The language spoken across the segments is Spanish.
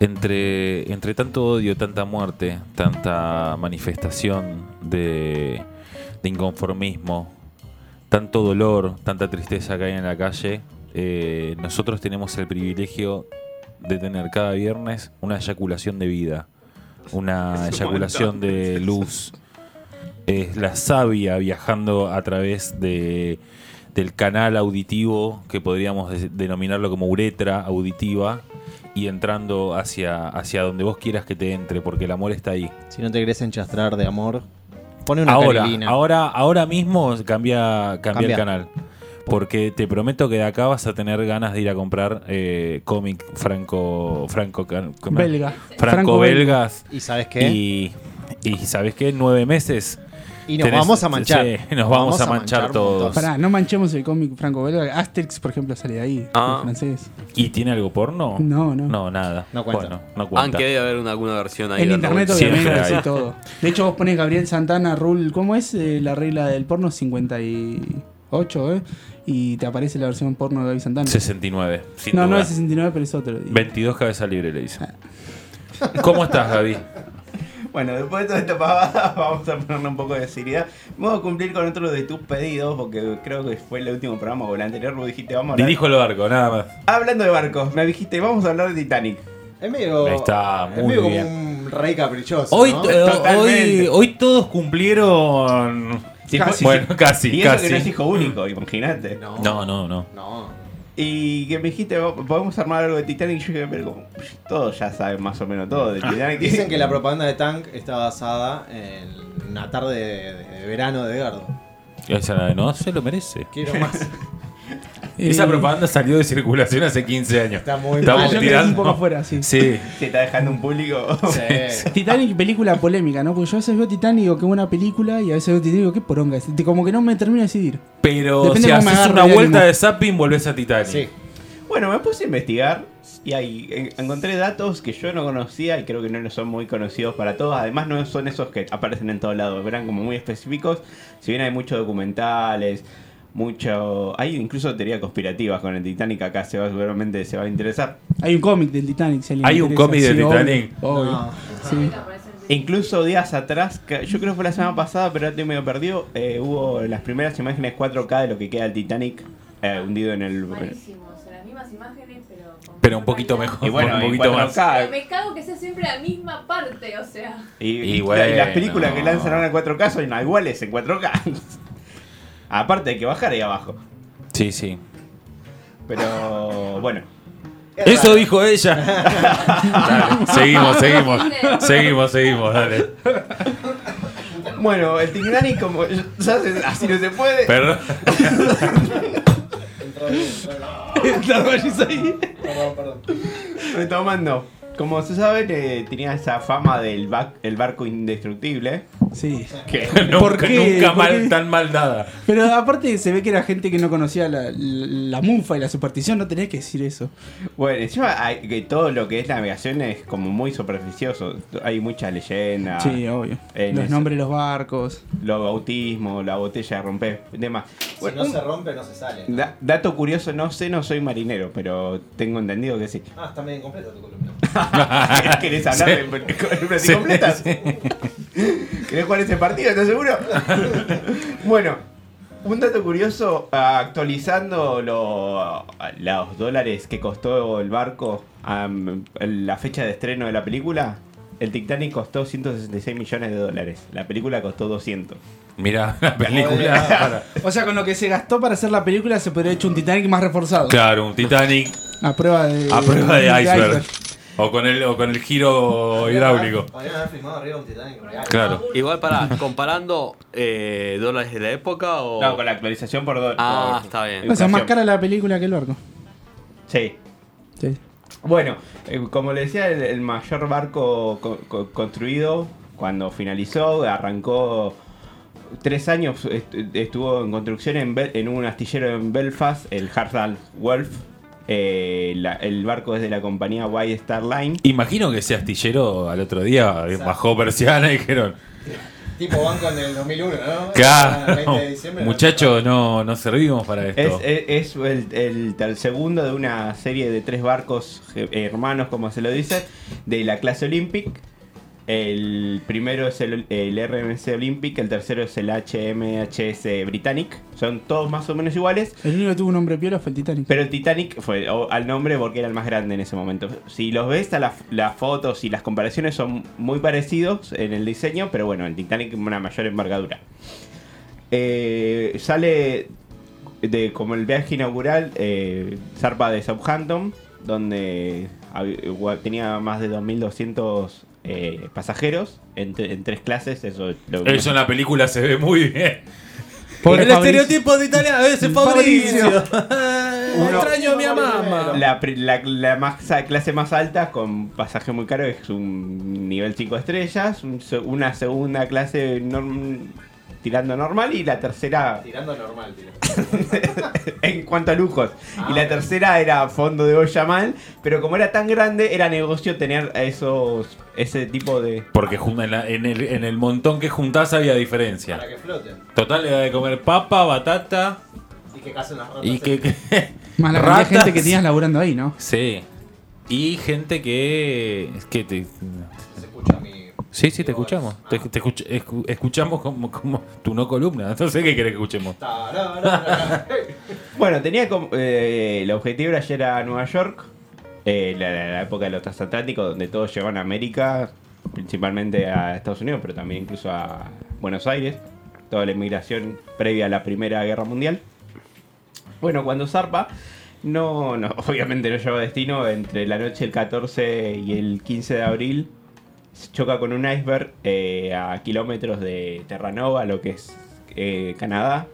entre, entre tanto odio, tanta muerte, tanta manifestación de, de inconformismo, tanto dolor, tanta tristeza que hay en la calle, eh, nosotros tenemos el privilegio de tener cada viernes una eyaculación de vida, una Es un eyaculación montón. de luz. Es la savia viajando a través de, del canal auditivo, que podríamos de- denominarlo como uretra auditiva, y entrando hacia, hacia donde vos quieras que te entre, porque el amor está ahí. Si no te querés enchastrar de amor, pone una Ahora, carilina. ahora, ahora mismo cambia, cambia, Cambia. el canal. Porque te prometo que de acá vas a tener ganas de ir a comprar eh, cómic franco. franco can- ¿cómo era? Belga. Franco belgas. ¿Y sabes qué? Y, Y, y sabes qué, nueve meses. nos tenés- vamos a manchar. sí, nos vamos a manchar un todos. montón. Pará, no manchemos el cómic franco-belga. Asterix, por ejemplo, sale de ahí, Ah. en francés. ¿Y tiene algo porno? No, no. No, nada. No cuenta. Bueno, no cuenta. Aunque debe haber una- alguna versión ahí. En dando internet vueltas. siempre obviamente hay. hay todo. De hecho, vos pones Gabriel Santana, Rule, ¿cómo es eh, la regla del porno? 58, ¿eh? Y te aparece la versión porno de Gaby Santana. 69. sin no, no duda. es 69, pero es otro. Y- 22 cabezas libre le hice. ¿Cómo estás, Gaby? Bueno, después de toda esta pavada, vamos a ponerle un poco de seriedad. Vamos a cumplir con otro de tus pedidos, porque creo que fue el último programa o el anterior. Vos dijiste, vamos a hablar. Dirijo el barco, nada más. Hablando de barcos, me dijiste, vamos a hablar de Titanic. Es medio, Ahí está, es muy medio bien. como un rey caprichoso. Hoy, ¿no? eh, hoy, Totalmente. hoy todos cumplieron. Casi. Bueno, casi, y eso casi. que no es hijo único, imagínate. No. No, no, no. No. Y que me dijiste, "Vamos- podemos armar algo de Titanic. Yo dije, pero como, todos ya saben más o menos todo de Titanic. Ah. Dicen que la propaganda de Tank está basada en una tarde de, de verano de Edgardo. Esa la de no se lo merece. Quiero más. Eh, Esa propaganda salió de circulación hace 15 años. Está muy ah, Estamos yo quedé tirando. un poco afuera, sí. Sí. Se está dejando un público. Sí. Titanic, película polémica, ¿no? Porque yo a veces veo Titanic y digo, qué buena película, y a veces veo Titanic y digo, qué poronga. es. Como que no me termino de decidir. Pero Depende si cómo me haces agarre una el vuelta ánimo. de zapping, volvés a Titanic. Sí. Bueno, me puse a investigar y ahí en- encontré datos que yo no conocía y creo que no los son muy conocidos para todos. Además, no son esos que aparecen en todos lados, eran como muy específicos. Si bien hay muchos documentales, mucho. Hay incluso teorías conspirativas con el Titanic. Acá se va, seguramente se va a interesar. Hay un cómic del Titanic, si alguien Hay le un interesa. cómic del obvio, Titanic. obvio. No. Sí. E incluso días atrás, que- yo creo que fue la semana pasada, pero estoy medio perdido. eh, hubo las primeras imágenes 4K de lo que queda el Titanic eh, hundido en el. eh, Malísimo, o sea, las mismas imágenes, pero. con Pero más un poquito calidad. mejor. Y bueno, un en poquito más. 4K, Pero me cago que sea siempre la misma parte, o sea. Y Y, y bueno. las películas que lanzan ahora en 4K son iguales en 4K. Aparte hay que bajar ahí abajo. Sí, sí. Pero bueno. Eso dijo ella. Dale, seguimos, seguimos. Dale. Seguimos, seguimos, dale. Bueno, el Titanic como ya se- así no se puede. Perdón. Estabais ahí. Perdón, perdón. Retomando. Como se sabe, eh, tenía esa fama del ba- el barco indestructible. Sí. Que Nunca, ¿Por qué? nunca ¿Por mal, qué? tan mal dada. Pero aparte se ve que era gente que no conocía la, la, la mufa y la superstición, no tenés que decir eso. Bueno, encima hay- que todo lo que es navegación es como muy superficioso. Hay muchas leyendas. Sí, obvio. En los eso. nombres de los barcos. Los bautismos, la botella de romper, demás. Si no se rompe, no se sale. ¿no? Da- dato curioso, no sé, no soy marinero, pero tengo entendido que sí. Ah, está medio incompleta tu columna. ¿Querés hablar de columnas incompletas? ¿Querés jugar ese partido? ¿Estás seguro? bueno, un dato curioso, actualizando lo- los dólares que costó el barco a la fecha de estreno de la película, el Titanic costó 166 millones de dólares. La película costó 200. Mira la película. para- O sea, con lo que se gastó para hacer la película se podría haber hecho un Titanic más reforzado. Claro, un Titanic A prueba de. a prueba de iceberg. O con el, o con el giro hidráulico. Podrían haber filmado arriba un Titanic real. Claro. Igual para, comparando eh, dólares de la época o. No, con la actualización por dólares. Oh. Ah, está bien. O sea, más cara la película que el barco. Sí. Sí. Bueno, eh, como le decía, el, el mayor barco co- co- construido cuando finalizó, arrancó tres años, est- estuvo en construcción en, Bel- en un astillero en Belfast, el Hartland Wolf. Eh, la- el barco es de la compañía White Star Line. Imagino que ese astillero al otro día bajó persiana y dijeron: Tipo banco en el 2001, ¿no? El 20 Claro. de diciembre, Muchachos, no, no servimos para Es, esto. es- es el, el- el segundo de una serie de tres barcos ge- hermanos, como se lo dice, de la clase Olympic. El primero es el, el RMC Olympic, el tercero es el HMHS Britannic. Son todos más o menos iguales. El único que tuvo un nombre piola fue el Titanic. Pero el Titanic fue o- al nombre porque era el más grande en ese momento. Si los ves, a las, las fotos y las comparaciones son muy parecidos en el diseño, pero bueno, el Titanic es una mayor envergadura. Eh, sale de como el viaje inaugural, eh, zarpa de Southampton, donde hab- igual tenía más de 2.200 eh, pasajeros en, tre- en tres clases. Eso, lo vimos. Eso en la película se ve muy bien. Pobre el Fabricio. estereotipo de Italia a veces Fabricio. Extraño a mi mamá. La, pri- la- la masa- clase más alta con pasaje muy caro es un nivel 5 estrellas, un se- una segunda clase norm- tirando normal y la tercera Tirando normal, tío. en cuanto a lujos. Ah, y la ok. tercera era fondo de olla mal, pero como era tan grande era negocio tener esos ese tipo de... Porque junta en, la- en el, en el montón que juntás había Para diferencia. que floten. Total, le da de comer papa, batata Y que casen las ratas. y que. que- Más la cantidad de gente que ratas. tenías laburando ahí, ¿no? Sí. Y gente que. Es que te. Se escucha mi. Sí, sí, te mi voz. escuchamos. Ah. Te, te escuch- escu- escuchamos como, como tu no columna. Entonces, ¿qué querés que escuchemos? Tararara. Bueno, tenía como- eh, el objetivo era llegar a Nueva York, eh, la, la- la época de los transatlánticos, donde todos llevan a América, principalmente a Estados Unidos, pero también incluso a Buenos Aires, toda la inmigración previa a la Primera Guerra Mundial. Bueno, cuando zarpa, no, no, obviamente no lleva destino, entre la noche del 14 y el 15 de abril, se choca con un iceberg eh, a kilómetros de Terranova, lo que es eh, Canadá,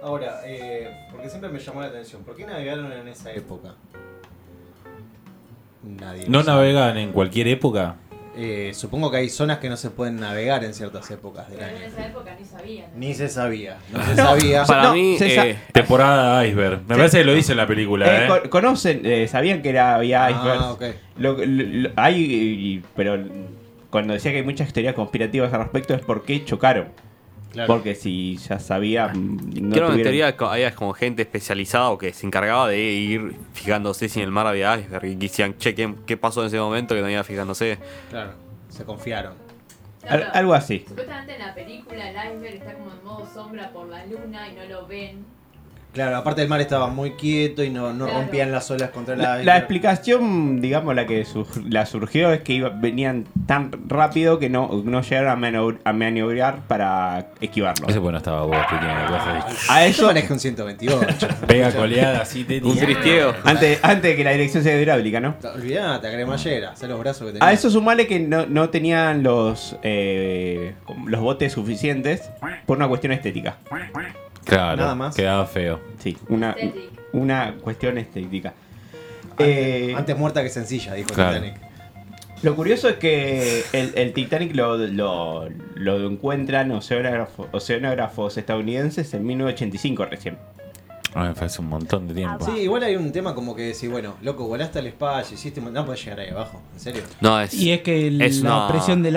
Ahora, eh, porque siempre me llamó la atención, ¿por qué navegaron en esa época? Nadie. lo No sabe. navegan en cualquier época. Eh, supongo que hay zonas que no se pueden navegar en ciertas épocas del Pero en año. esa época ni sabían. Ni se sabía, no se sabía. Para No, mí, se sa- eh, Temporada iceberg. Me parece que lo dice en la película, Eh, ¿eh? con- conocen, eh, sabían que era, había icebergs. Ah, ok. Lo- lo- lo- hay, y- pero cuando decía que hay muchas teorías conspirativas al respecto es porque chocaron. Claro. Porque si ya Ah. sabían, no creo que en tuvieron- teoría co- había como gente especializada o que se encargaba de ir fijándose si en el mar había iceberg y decían, che, ¿qué, qué pasó en ese momento que no iba fijándose? Claro, se confiaron. Al- algo así. Supuestamente en la película el iceberg está como en modo sombra por la luna y no lo ven. Claro, aparte el mar estaba muy quieto y no, no Claro. rompían las olas contra la. La, la explicación, digamos, la que sur- la surgió es que iba- venían tan rápido que no, no llegaron a, manobr- a maniobrar para esquivarlo. Ese bueno estaba vos, que tiene cosas A Yo eso, manejé un 128. de- Pega coleada así de Un tristeo. antes, antes de que la dirección sea hidráulica, ¿no? Olvídate, cremallera, sé los brazos que tenía. A Ah, eso sumale que no, no tenían los, eh, los botes suficientes por una cuestión estética. Claro, Nada más. quedaba feo. Sí, una, Estética. una cuestión estética. Antes, Eh, antes muerta que sencilla, dijo Claro. Titanic. lo curioso es que el, el Titanic lo, lo, lo encuentran oceanógrafo- oceanógrafos estadounidenses en 1985 recién. Ah, me parece un montón de tiempo. Sí, igual hay un tema como que decir, bueno, loco, volaste al espacio, hiciste. un- No podés llegar ahí abajo, en serio. No, es... Y es que el- Es la una- presión del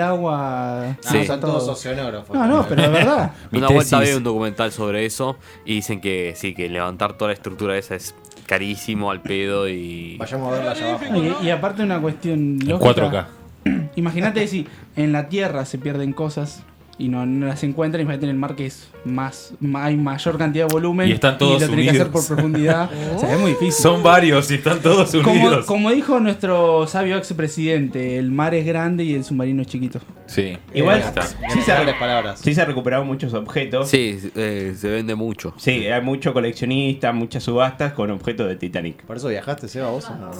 No, agua. Sí. mata Ah, son todos todo. oceanógrafos. No, no, pero de verdad. Mi Una vuelta tesis- vi un documental sobre eso y dicen que sí, que levantar toda la estructura esa es carísimo al pedo y... Vayamos a verla allá abajo. Y, y aparte una cuestión en lógica. 4K. Imagínate si en la Tierra se pierden cosas y no, no las encuentran, imagínate en el mar que es más, ma- hay mayor cantidad de volumen Y están todos lo tenés que hacer unidos. por profundidad. o sea, es muy difícil. Son varios y están todos como, unidos. como dijo nuestro sabio expresidente, el mar es grande y el submarino es chiquito. Sí. Eh, Igual Ahí está. sí Sin se, mejores palabras. sí se recuperaron muchos objetos. Sí, eh, se vende mucho. Sí, hay mucho coleccionista, muchas subastas con objetos de Titanic. Por eso viajaste, Seba, vos. o no?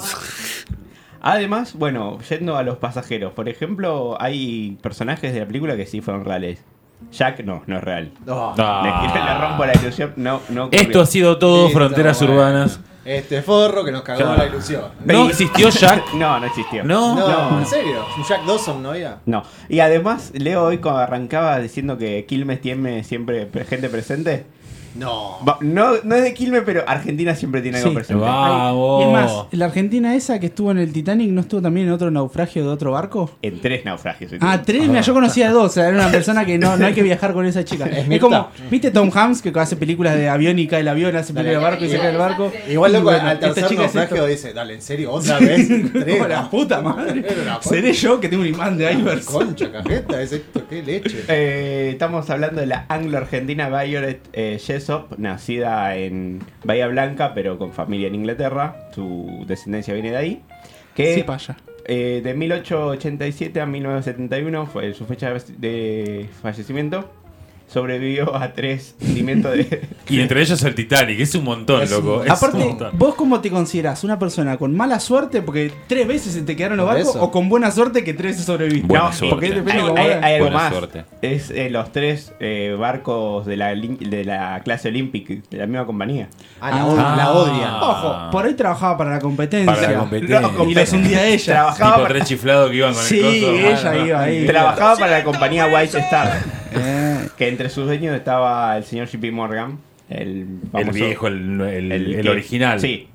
Además, bueno, yendo a los pasajeros, por ejemplo, hay personajes de la película que sí fueron reales. Jack no, no es real. No. Ah, Le, le rompo la ilusión, no, no ocurrió. Esto ha sido todo, Listo, Fronteras bueno. Urbanas. Este forro que nos cagó Claro. la ilusión. ¿No existió Jack? No, no existió. No. No, No. en serio. Un Jack Dawson no había. No. Y además, Leo hoy cuando arrancaba diciendo que Quilmes tiene siempre pre- gente presente. No. Va- No, no es de Quilmes, pero Argentina siempre tiene algo Sí. presente. Vamos. Y es más, la Argentina esa que estuvo en el Titanic no estuvo también en otro naufragio de otro barco. En tres naufragios. Ah, tres, mira, yo conocía dos, o sea, era una persona que no, no hay que viajar con esa chica. Es, como, ¿viste Tom Hanks que hace películas de avión y cae el avión, hace Dale, películas de barco y se cae el barco? desastre. Igual loco, Y bueno, al esta tercer chica es naufragio esto. dice, dale, ¿en serio? ¿Otra vez? Tres. Como la puta madre. Pero la Seré yo que tengo un imán de Ivers. Concha, cajeta, es esto, qué leche. Eh, estamos hablando de la anglo-argentina Violet eh, Jessop, nacida en Bahía Blanca, pero con familia en Inglaterra. Su descendencia viene de ahí. Que Sí, paya. eh, de 1887 a 1971 fue su fecha de fallecimiento. Sobrevivió a tres hundimientos de. Y entre ellos el Titanic, es un montón, loco. es un Aparte, montón. ¿vos cómo te considerás? ¿Una persona con mala suerte porque tres veces se te quedaron los Por barcos eso. o con buena suerte que tres veces sobreviviste? Buena No, suerte. porque depende hay, cómo hay- hagas. hay algo Buena más. suerte. Es eh, los tres eh, barcos de la, lin- de la clase Olympic, de la misma compañía. Ah, la, Ah. odia, la odian. Ojo, por ahí trabajaba para la competencia. Para la competencia. Y los hundía a ella. Trabajaba Tipo para- tres chiflados que iban con Sí, el coso. ella Ah, no. iba ahí. Trabajaba para la compañía White Star, Eh, que entre sus dueños estaba el señor JP Morgan, el, El famoso- viejo, el, el- el que- original. Sí.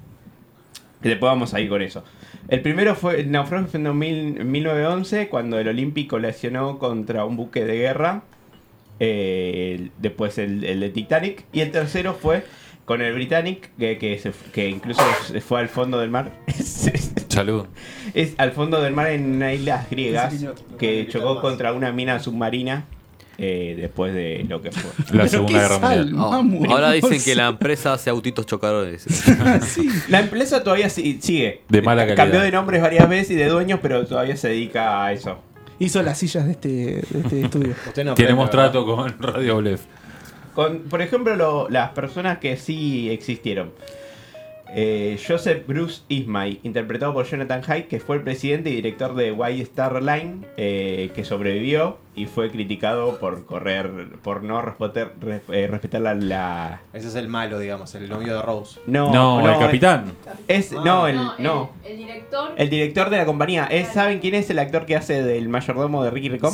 Que Después vamos a ir con eso. El primero fue el naufragio fue en 2000 en 1911, cuando el Olympic colisionó contra un buque de guerra. eh, el- después el, el de Titanic. Y el tercero fue con el Britannic, que, que, se- que incluso se fue al fondo del mar. Salud. Es al fondo del mar en unas islas griegas Pensé que otro, que chocó contra una mina submarina eh, después de lo que fue. La pero qué Segunda Guerra sal, Mundial. No, mamu, Ahora dicen Ah, hermoso. que la empresa hace autitos chocadores. Sí. La empresa todavía si- sigue. De mala calidad. Cambió de nombres varias veces y de dueños, pero todavía se dedica a eso. Hizo las sillas de este, de este estudio. Usted no Tenemos aprende, trato con Radio Blef. Con, por ejemplo, lo- las personas que sí existieron. Eh, Joseph Bruce Ismay, interpretado por Jonathan Haidt, que fue el presidente y director de White Star Line, eh, que sobrevivió y fue criticado por correr, por no respetar, res- eh, respetar la, la- ¿verdad? Ese es el malo, digamos, el novio de Rose. No, No, eh, el capitán. Es, Ah, no, Eh, el, No, el, no. el director. El director de la compañía. Es, ¿Saben quién es el actor que hace del mayordomo de Ricky Ricón?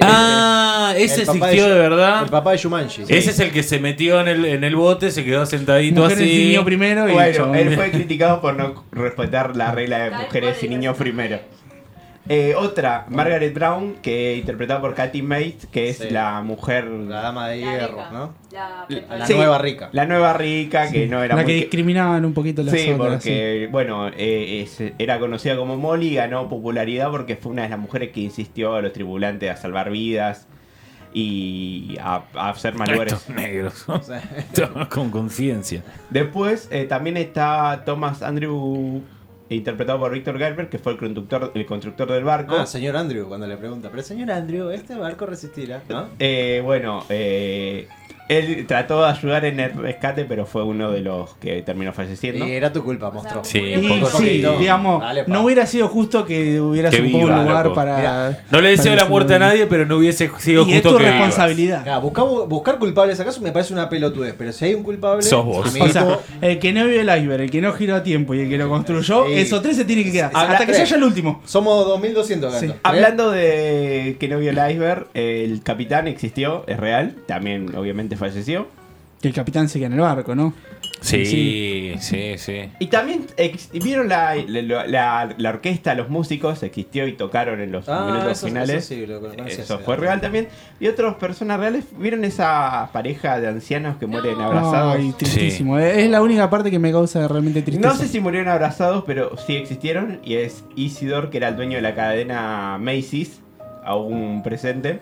Ah, ese El papá existió de- de verdad. El papá de Shumanji. Ese es el que se metió en el, en el bote, se quedó sentadito Mujeres y así. niño primero y Bueno, chabón. él fue criticado por no respetar la regla de Tal mujeres cual, y el niños personaje. primero. Eh, otra, Margaret Brown, que interpretada por Kathy Mates, que es Sí. la mujer, La la, dama de La hierro, rica, ¿no? La, A la Sí. nueva rica. nueva rica, que no era la que muy... discriminaban un poquito las Sí, otras. porque, bueno, eh, es- era conocida como Molly y ganó popularidad porque fue una de las mujeres que insistió a los tripulantes a salvar vidas y a, a hacer maniobras. Estos negros. con conciencia. Después eh, también está Thomas Andrew, interpretado por Victor Gerber, que fue el conductor, el constructor del barco. Ah, señor Andrew, cuando le pregunta. Pero señor Andrew, este barco resistirá, ¿no? Eh, bueno, eh, él trató de ayudar en el rescate, pero fue uno de los que terminó falleciendo. Y era tu culpa, monstruo. Sí, sí. un Y poco sí, sí. digamos, Dale, pa. no hubiera sido justo que hubieras Que un poco viva, un lugar loco. para. Mirá, No le deseo para la muerte a ese- nadie, pero no hubiese sido Y es justo tu que vivas. responsabilidad. Acá, busca- buscar culpables acaso me parece una pelotudez, pero si hay un culpable. Sos vos. amigo, O sea, el que no vio el iceberg, el que no giró a tiempo y el que lo construyó, Sí. esos tres se tienen que quedar. Habla- hasta que se tres. haya el último. somos 2200 Sí. gatos. Hablando de que no vio el iceberg, el capitán existió, es real, también obviamente falleció. Que el capitán se queda en el barco, ¿no? Sí, sí, sí. Y también ex- vieron la, la, la- la orquesta, los músicos, existió y tocaron en los Ah, minutos eso- finales. eso sí, lo conocí Eso hace- fue real también. Y otras personas reales, ¿vieron esa pareja de ancianos que mueren abrazados? Ay, tristísimo. Es la única parte que me causa realmente tristeza. No sé si murieron abrazados, pero sí existieron. Y es Isidor, que era el dueño de la cadena Macy's, aún presente.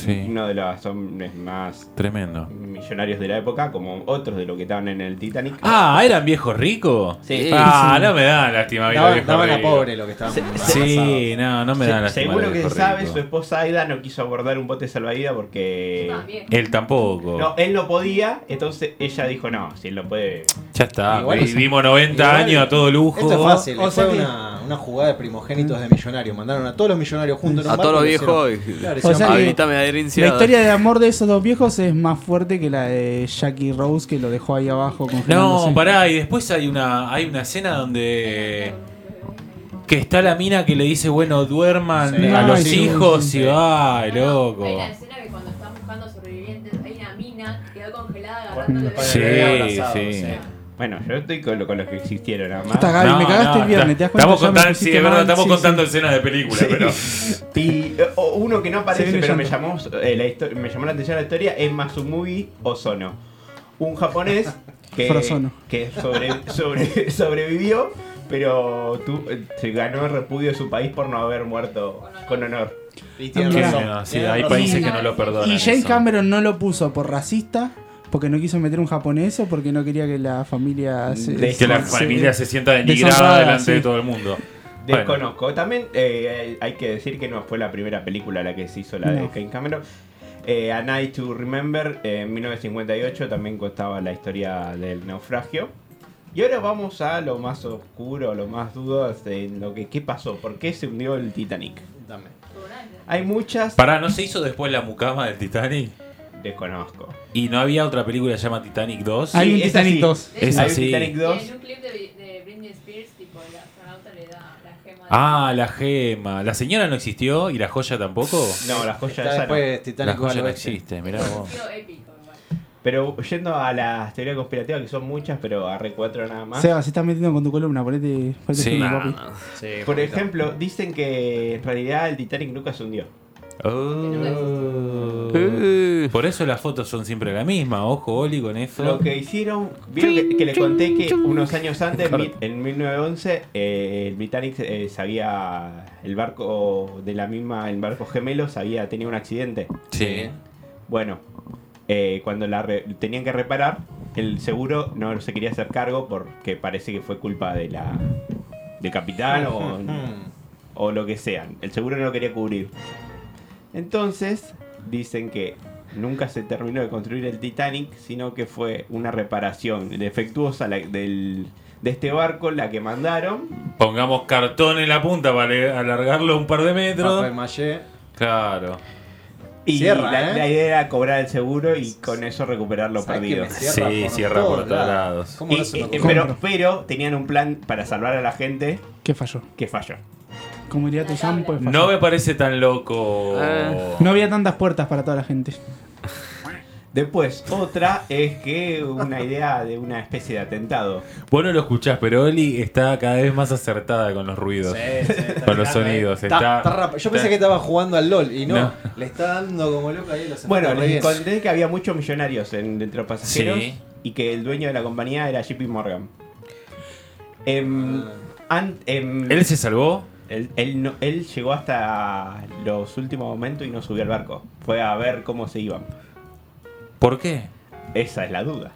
Sí. Uno de los hombres más Tremendo. millonarios de la época, como otros de los que estaban en el Titanic. Ah, ¿eran viejos ricos? Sí. Ah, no me dan lástima. vida, Daban, viejo daban a rico. pobre lo que estaban Sí, no, no me Se- dan lástima. según lo los que se viejos sabe, ricos. su esposa Aida no quiso abordar un bote salvavidas porque... Yo también. Él tampoco. No, él no podía, entonces ella dijo, no, si él lo puede... Ya está. Igual es- Vivimos 90 igual- años a todo lujo. Esto es fácil, O sea fue que- una, una jugada de primogénitos de millonarios. Mandaron a todos los millonarios juntos. en un A todos barco los y viejos. hicieron- y- Claro, O sea hicieron- que- Habilitame la herencia. La historia de amor de esos dos viejos es más fuerte que la de Jackie Rose que lo dejó ahí abajo congelándose. No, pará, y después hay una, hay una escena Eh, donde que está la mina que le dice, bueno, duerman Sí. a Ay, los sí. hijos y va, No, no, loco. Hay una escena que cuando están buscando sobrevivientes, hay una mina que quedó congelada con- con Sí, el bebé abrazado, sí. Ah, Bueno, yo estoy con, lo- con los que existieron, nada Está más. Gaby, No, me cagaste no, el viernes, está- ¿te das cuenta? Estamos Ya me contando, sí, pusiste es verdad, mal, estamos sí, contando escenas de película, pero. Y eh, o- uno que no aparece, viene pero me llanto. llamó, eh, la histo- me llamó la atención la historia, es Masumugi Ozono. Un japonés que, Frozono. que sobre- sobre- sobrevivió, pero tu- eh, se ganó el repudio de su país por no haber muerto con honor. Y tiene Sí, Mira. razón. no, sí, Tiene hay razón. países que no lo perdonan. Y James eso. Cameron no lo puso por racista, porque no quiso meter un japonés o porque no quería que la familia se. De- Que la se- familia se sienta denigrada Deshonrada, delante sí. de todo el mundo. Bueno. Desconozco. También eh, hay que decir que no fue la primera película la que se hizo la de No. Kane Cameron. Eh, A Night to Remember, eh, en 1958, también contaba la historia del naufragio. Y ahora vamos a lo más oscuro, lo más dudas de lo que qué pasó, por qué se hundió el Titanic. Dame. Hay muchas, Pará, ¿no se hizo después la mucama del Titanic? desconozco. ¿Y no había otra película que se llama Titanic 2? Hay un Sí, es Titanic así. 2. Es Hay un así. Titanic Y 2. en un clip de, de Britney Spears, tipo, el astronauta le da la gema. de- Ah, la gema. ¿La señora no existió y la joya tampoco? No, las joyas Está ya no. después La Titanic joya Wild no West. existe, mirá vos. Sido épico, igual. Pero yendo a las teorías conspirativas, que son muchas, pero agarré cuatro nada más. Seba, se está metiendo con tu columna, ponete, ponete Sí. firme, Ah, Nah, papi. Sí, Por poquito. ejemplo, dicen que en realidad el Titanic nunca se hundió. Oh. Por eso las fotos son siempre la misma. Ojo, Oli, con eso. Lo que hicieron, vieron que, que le conté que unos años antes, mi- en 1911, eh, el Titanic eh, se había, el barco de la misma, el barco gemelo se había tenido un accidente. Sí. Bueno, eh, cuando la re- tenían que reparar, el seguro no se quería hacer cargo porque parece que fue culpa de la del capitán o, Mm. o lo que sea. El seguro no lo quería cubrir. Entonces, dicen que nunca se terminó de construir el Titanic, sino que fue una reparación defectuosa la- del- de este barco, la que mandaron. Pongamos cartón en la punta para le- alargarlo un par de Papel metros. maché. Claro. Y Cierra, la, ¿eh? la idea era cobrar el seguro y con eso recuperar lo ¿Sabés que perdido. me cierra Sí, por cierra todos por todos lados. lados. ¿Cómo Y- no se me y- ocurrió? pero, pero tenían un plan para salvar a la gente ¿Qué falló? que falló. Como diría tu Sam, pues falló. No me parece tan loco. Ah. No había tantas puertas para toda la gente. Después, otra es que una idea de una especie de atentado. Vos no lo escuchás, pero Oli está cada vez más acertada con los ruidos. Sí, sí, está Con los picando, eh. sonidos, Está- está- está rápido. Yo pensé está- que estaba jugando al LOL y no, No. le está dando como loco ahí a los Bueno, efectos les re bien. conté que había muchos millonarios en- entre los pasajeros Sí. y que el dueño de la compañía era JP Morgan. Em, an- em, Él se salvó. él, él no- él llegó hasta los últimos momentos y no subió al barco. Fue a ver cómo se iban. ¿Por qué? Esa es la duda.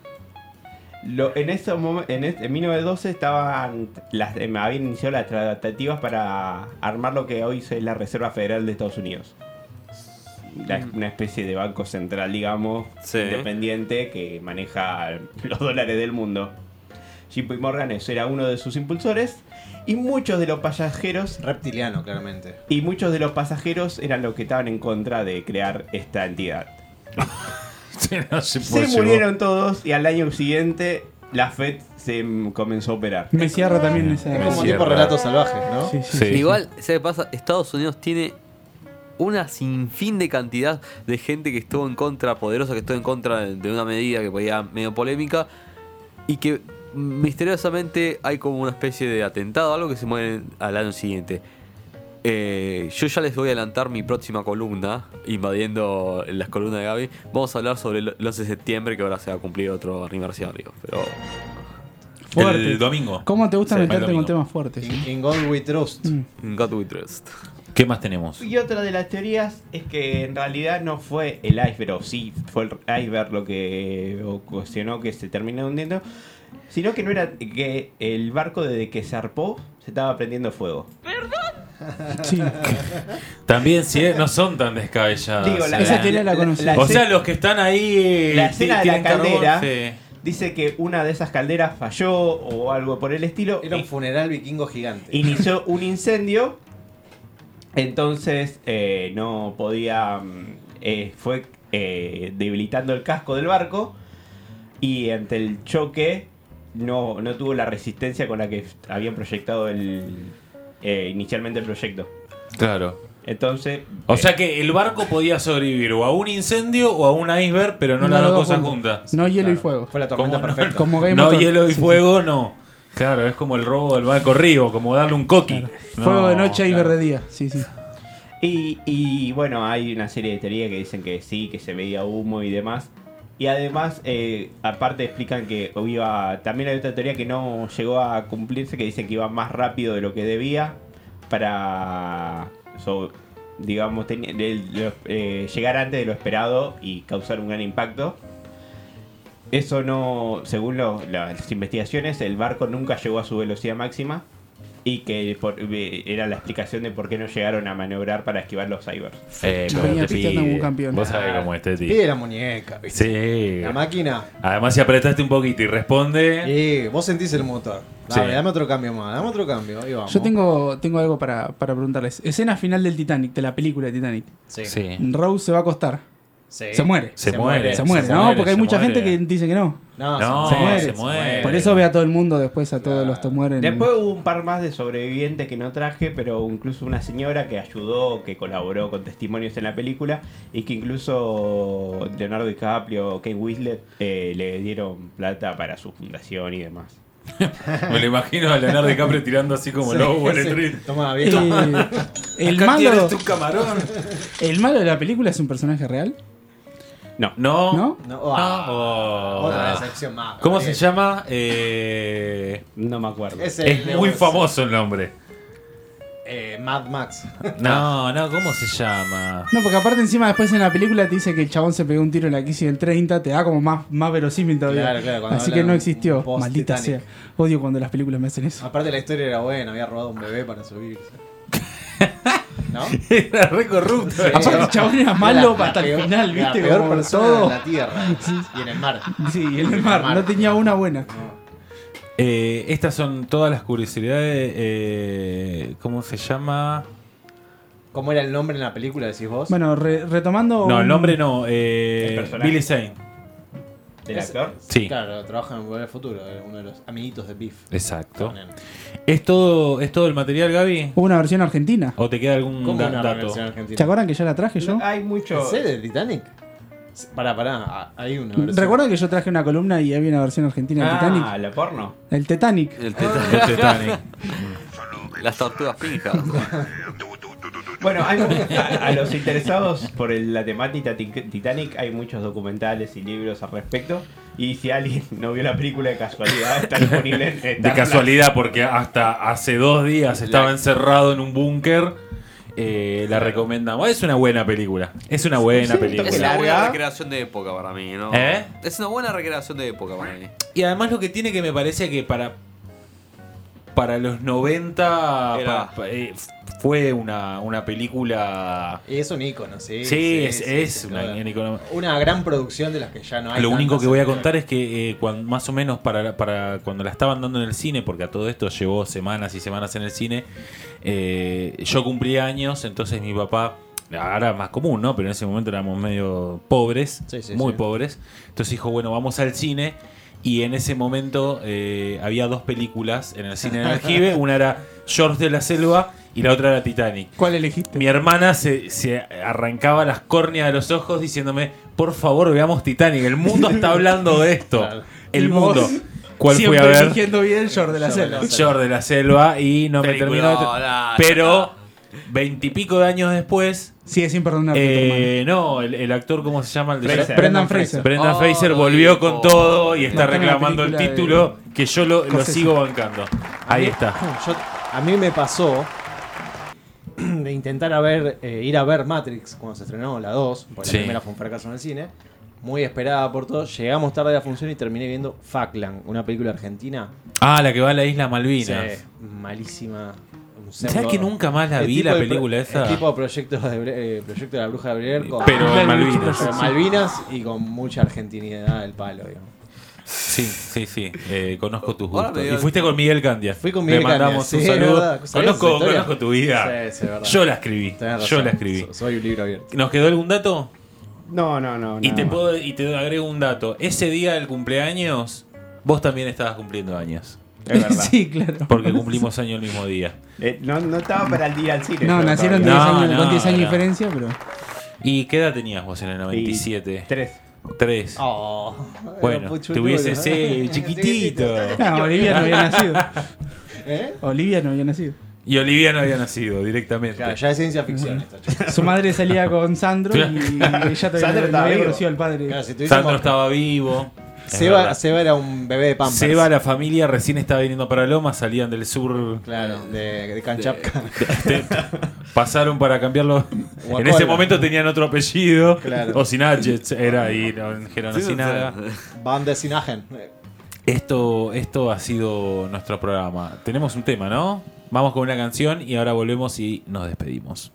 Lo- en, esos momen- en, es- en 1912 estaban las, em, habían iniciado las tratativas para armar lo que hoy es la Reserva Federal de Estados Unidos. La- una especie de banco central, digamos, Sí. independiente que maneja los dólares del mundo. JP Morgan eso era uno de sus impulsores y muchos de los pasajeros Reptiliano, claramente. y muchos de los pasajeros eran los que estaban en contra de crear esta entidad. Se, no Pues se Se puso. murieron todos y al año siguiente la FED se mm, comenzó a operar. Me cierra también esa. Me Es como cierra. tipo relatos salvajes, ¿no? Sí, sí. Sí. Igual, ¿sabes qué pasa? Estados Unidos tiene una sinfín de cantidad de gente que estuvo en contra, poderosa, que estuvo en contra de- de una medida que podía medio polémica y que misteriosamente hay como una especie de atentado, algo que se mueve al año siguiente. Eh, yo ya les voy a adelantar mi próxima columna, invadiendo las columnas de Gaby. Vamos a hablar sobre el 11 de septiembre, que ahora se va a cumplir otro aniversario. Pero El Fuerte. domingo. ¿Cómo te gusta Sí, meterte domingo. con temas fuertes? In, in God we trust. Mm. in God we trust. ¿Qué más tenemos? Y otra de las teorías es que en realidad no fue el iceberg, o sí fue el iceberg lo que ocasionó que se terminó hundiendo, sino que no era que el barco desde que zarpó se estaba prendiendo fuego. Sí. También si es- no son tan descabelladas. Digo, la- ¿eh? Ah, Esa teoría la conocí. o escena- sea, los que están ahí. eh, La escena de la tienen carbón, caldera. sí. dice que una de esas calderas falló o algo por el estilo. Era un funeral vikingo gigante. inició un incendio. Entonces eh, no podía. mm, eh, fue eh, debilitando el casco del barco. Y ante el choque no, no tuvo la resistencia con la que habían proyectado el, eh, inicialmente el proyecto. Claro. Entonces. O eh, sea que el barco podía sobrevivir o a un incendio o a un iceberg, pero no No, las las dos dos cosas juntas. juntas. No hielo y claro, fuego. Fue la tormenta ¿Cómo no? perfecta. Como Game No of Thrones. hielo y Sí. fuego, no. Claro, es como el robo del barco río, como darle un coqui. No, Fuego de noche, claro. iceberg de día. Sí, sí. Y, y, bueno, hay una serie de teorías que dicen que sí, que se veía humo y demás. Y además, eh, aparte explican que iba. También hay otra teoría que no llegó a cumplirse, que dicen que iba más rápido de lo que debía para. so- digamos, teni- de- lo- eh, llegar antes de lo esperado y causar un gran impacto. Eso no. Según lo- las investigaciones, el barco nunca llegó a su velocidad máxima. Y que por- eh, era la explicación de por qué no llegaron a maniobrar para esquivar los cybers. Eh, Yo pero venía te pisteando pide. un campeón. Vos sabés cómo es este Pide tío. la muñeca, ¿viste? Sí. La máquina. Además, si apretaste un poquito y responde. Y vos sentís el motor. Sí. Dale, dame otro cambio más, dame otro cambio. Ahí vamos. Yo tengo, tengo algo para, para preguntarles. Escena final del Titanic, de la película de Titanic. Sí. Sí. Rose se va a acostar. Sí. Se muere. Se Eh, muere. Se muere, se ¿no? muere, Porque hay se mucha muere. gente que dice que no. No, No, se muere. se muere. Por eso ve a todo el mundo después, a todos Eh, Claro. los que mueren. Después hubo un par más de sobrevivientes que no traje, pero incluso una señora que ayudó, que colaboró con testimonios en la película y que incluso Leonardo DiCaprio, Ken Winslet eh, le dieron plata para su fundación y demás. Me lo imagino a Leonardo DiCaprio tirando así como Sí, lobo Wall sí. Street. Toma, Eh, viejo. el, Acá malo, tienes tu camarón. el malo de la película es un personaje real, No, No. ¿no? No, ah, Oh. Otra decepción más. ¿Cómo se Gabriel. llama? Eh, no me acuerdo. Es, el es de- muy famoso el nombre. Eh, Mad Max. No, no, ¿cómo se llama? No, porque aparte encima después en la película te dice que el chabón se pegó un tiro en la crisis del 30, te da como más, más verosímil todavía. Claro, claro, cuando Así habla que de no un existió, post maldita sea. Titanic. Odio cuando las películas me hacen eso. Aparte la historia era buena, había robado un bebé para subirse. ¿No? Era re corrupto. Aparte el chabón era malo hasta el peor- final, la ¿viste? peor Como persona todo. en la tierra y en el mar. Sí, y en el mar, no tenía una buena. Eh, estas son todas las curiosidades. eh, ¿Cómo se llama? ¿Cómo era el nombre en la película, decís vos? Bueno, re- retomando... No, el un- nombre no. eh, El personaje. Billy Zane. ¿Del actor? Sí. Claro, trabaja en Volver al Futuro, era uno de los amiguitos de Biff. Exacto. Con él. ¿Es todo, ¿Es todo el material, Gaby? Hubo una versión argentina. ¿O te queda algún ¿Cómo da- una dato? versión ¿Se argentina? acuerdan que yo la traje yo? Hay mucho... ¿Sé de Titanic? Pará, pará, ah, hay una versión. Recuerda que yo traje una columna y había una versión argentina del Ah, Titanic. la porno. El Titanic. El teta- De Titanic. las tortugas pinjas. Bueno, hay mu- a, a los interesados por el- la temática tic- Titanic hay muchos documentales y libros al respecto. Y si alguien no vio la película de casualidad, está disponible en De Star casualidad, porque hasta hace dos días estaba encerrado en un búnker. eh, la recomendamos. Es una buena película. Es una buena Es película. una buena Larga. recreación de época para mí, ¿no? ¿Eh? Es una buena recreación de época para mí. Y además lo que tiene que me parece que para para los 90 Era. pa- pa- eh, f- fue una, una película... Y es un ícono, sí. Sí, es, sí, es sí, una, claro. una econom- Una gran producción de las que ya no hay. Lo único tantas. que voy a contar es que eh, cuan- más o menos para, para cuando la estaban dando en el cine, porque a todo esto llevó semanas y semanas en el cine, eh, yo cumplí años, entonces mi papá, ahora es más común, ¿no? Pero en ese momento éramos medio pobres, Sí, sí, muy sí. pobres. Entonces dijo, bueno, vamos al cine. Y en ese momento eh, había dos películas en el cine de Aljibe. Una era George de la Selva y la otra era Titanic. ¿Cuál elegiste? Mi hermana se, se arrancaba las córneas de los ojos diciéndome, por favor veamos Titanic, el mundo está hablando de esto. Claro. El ¿Y vos? mundo. ¿Cuál fui Siempre a ver? eligiendo bien George de la George de Selva. la George de la Selva y no me terminó de... Peliculón, ah, ya Pero veintipico de años después, Sigue sin perdonarte. eh, no, el, el actor, ¿cómo se llama? El de tu hermano. Fraser. Brendan Fraser. Brenda Oh, Fraser no, volvió hijo. con todo y está Cortame la reclamando el película de- título que yo lo, lo Scorsese. sigo bancando. Ahí está. Yo- a mí me pasó de intentar a ver, eh, ir a ver Matrix cuando se estrenó la 2, porque Sí. la primera fue un fracaso en el cine. Muy esperada por todos. Llegamos tarde a la función y terminé viendo Faclan, una película argentina. Ah, la que va a la isla Malvinas. Sí, malísima. un ¿Sabes cerdo. que nunca más la El vi tipo la de pro- película esa? El tipo de proyecto de, Bre- eh, proyecto de la bruja de Blair con Pero Claro, en Malvinas. pero Malvinas y con mucha argentinidad al palo, digamos. Sí, sí, sí. Eh, conozco tus Ahora me gustos. dio- Y fuiste con Miguel Candia. Fui con Miguel Le mandamos Candia, sí, un saludo. verdad. ¿Sabías esa Conozco, historia? conozco tu vida. Sí, sí, verdad. Yo la escribí. Tenés razón, Yo la escribí. so- Soy un libro abierto. ¿Nos quedó algún dato? No, no, no. Y nada te, más. puedo, y te agrego un dato. Ese día del cumpleaños, vos también estabas cumpliendo años. Es verdad. sí, claro. Porque cumplimos año el mismo día. Eh, no, no estaba para el día al cine. No, yo nacieron 10 todavía. No, años, no, con 10 años de no. diferencia, pero. ¿Y qué edad tenías vos en el Y 97? Tres. Tres. Oh, era bueno, pucho te hubiese duro, sí, ¿eh? chiquitito. No, Olivia no había nacido. ¿Eh? Olivia no había nacido. Y Olivia no había nacido directamente. Claro, ya es ciencia ficción esto, chicos. Su madre salía con Sandro y ella todavía no Sandro estaba había vivo. conocido al padre. Claro, si tuviésemos- Sandro estaba vivo. Es Seba, verdad. Seba era un bebé de Pampers. Seba, la familia recién estaba viniendo para Loma, salían del sur. Claro, de, de Canchapca. Pasaron para cambiarlo. En Guacola. ese momento tenían otro apellido. Claro. O Sinach era y no dijeron Sí, así o sea, nada. Van de Sinagen. Esto, esto ha sido nuestro programa. Tenemos un tema, ¿no? Vamos con una canción y ahora volvemos y nos despedimos.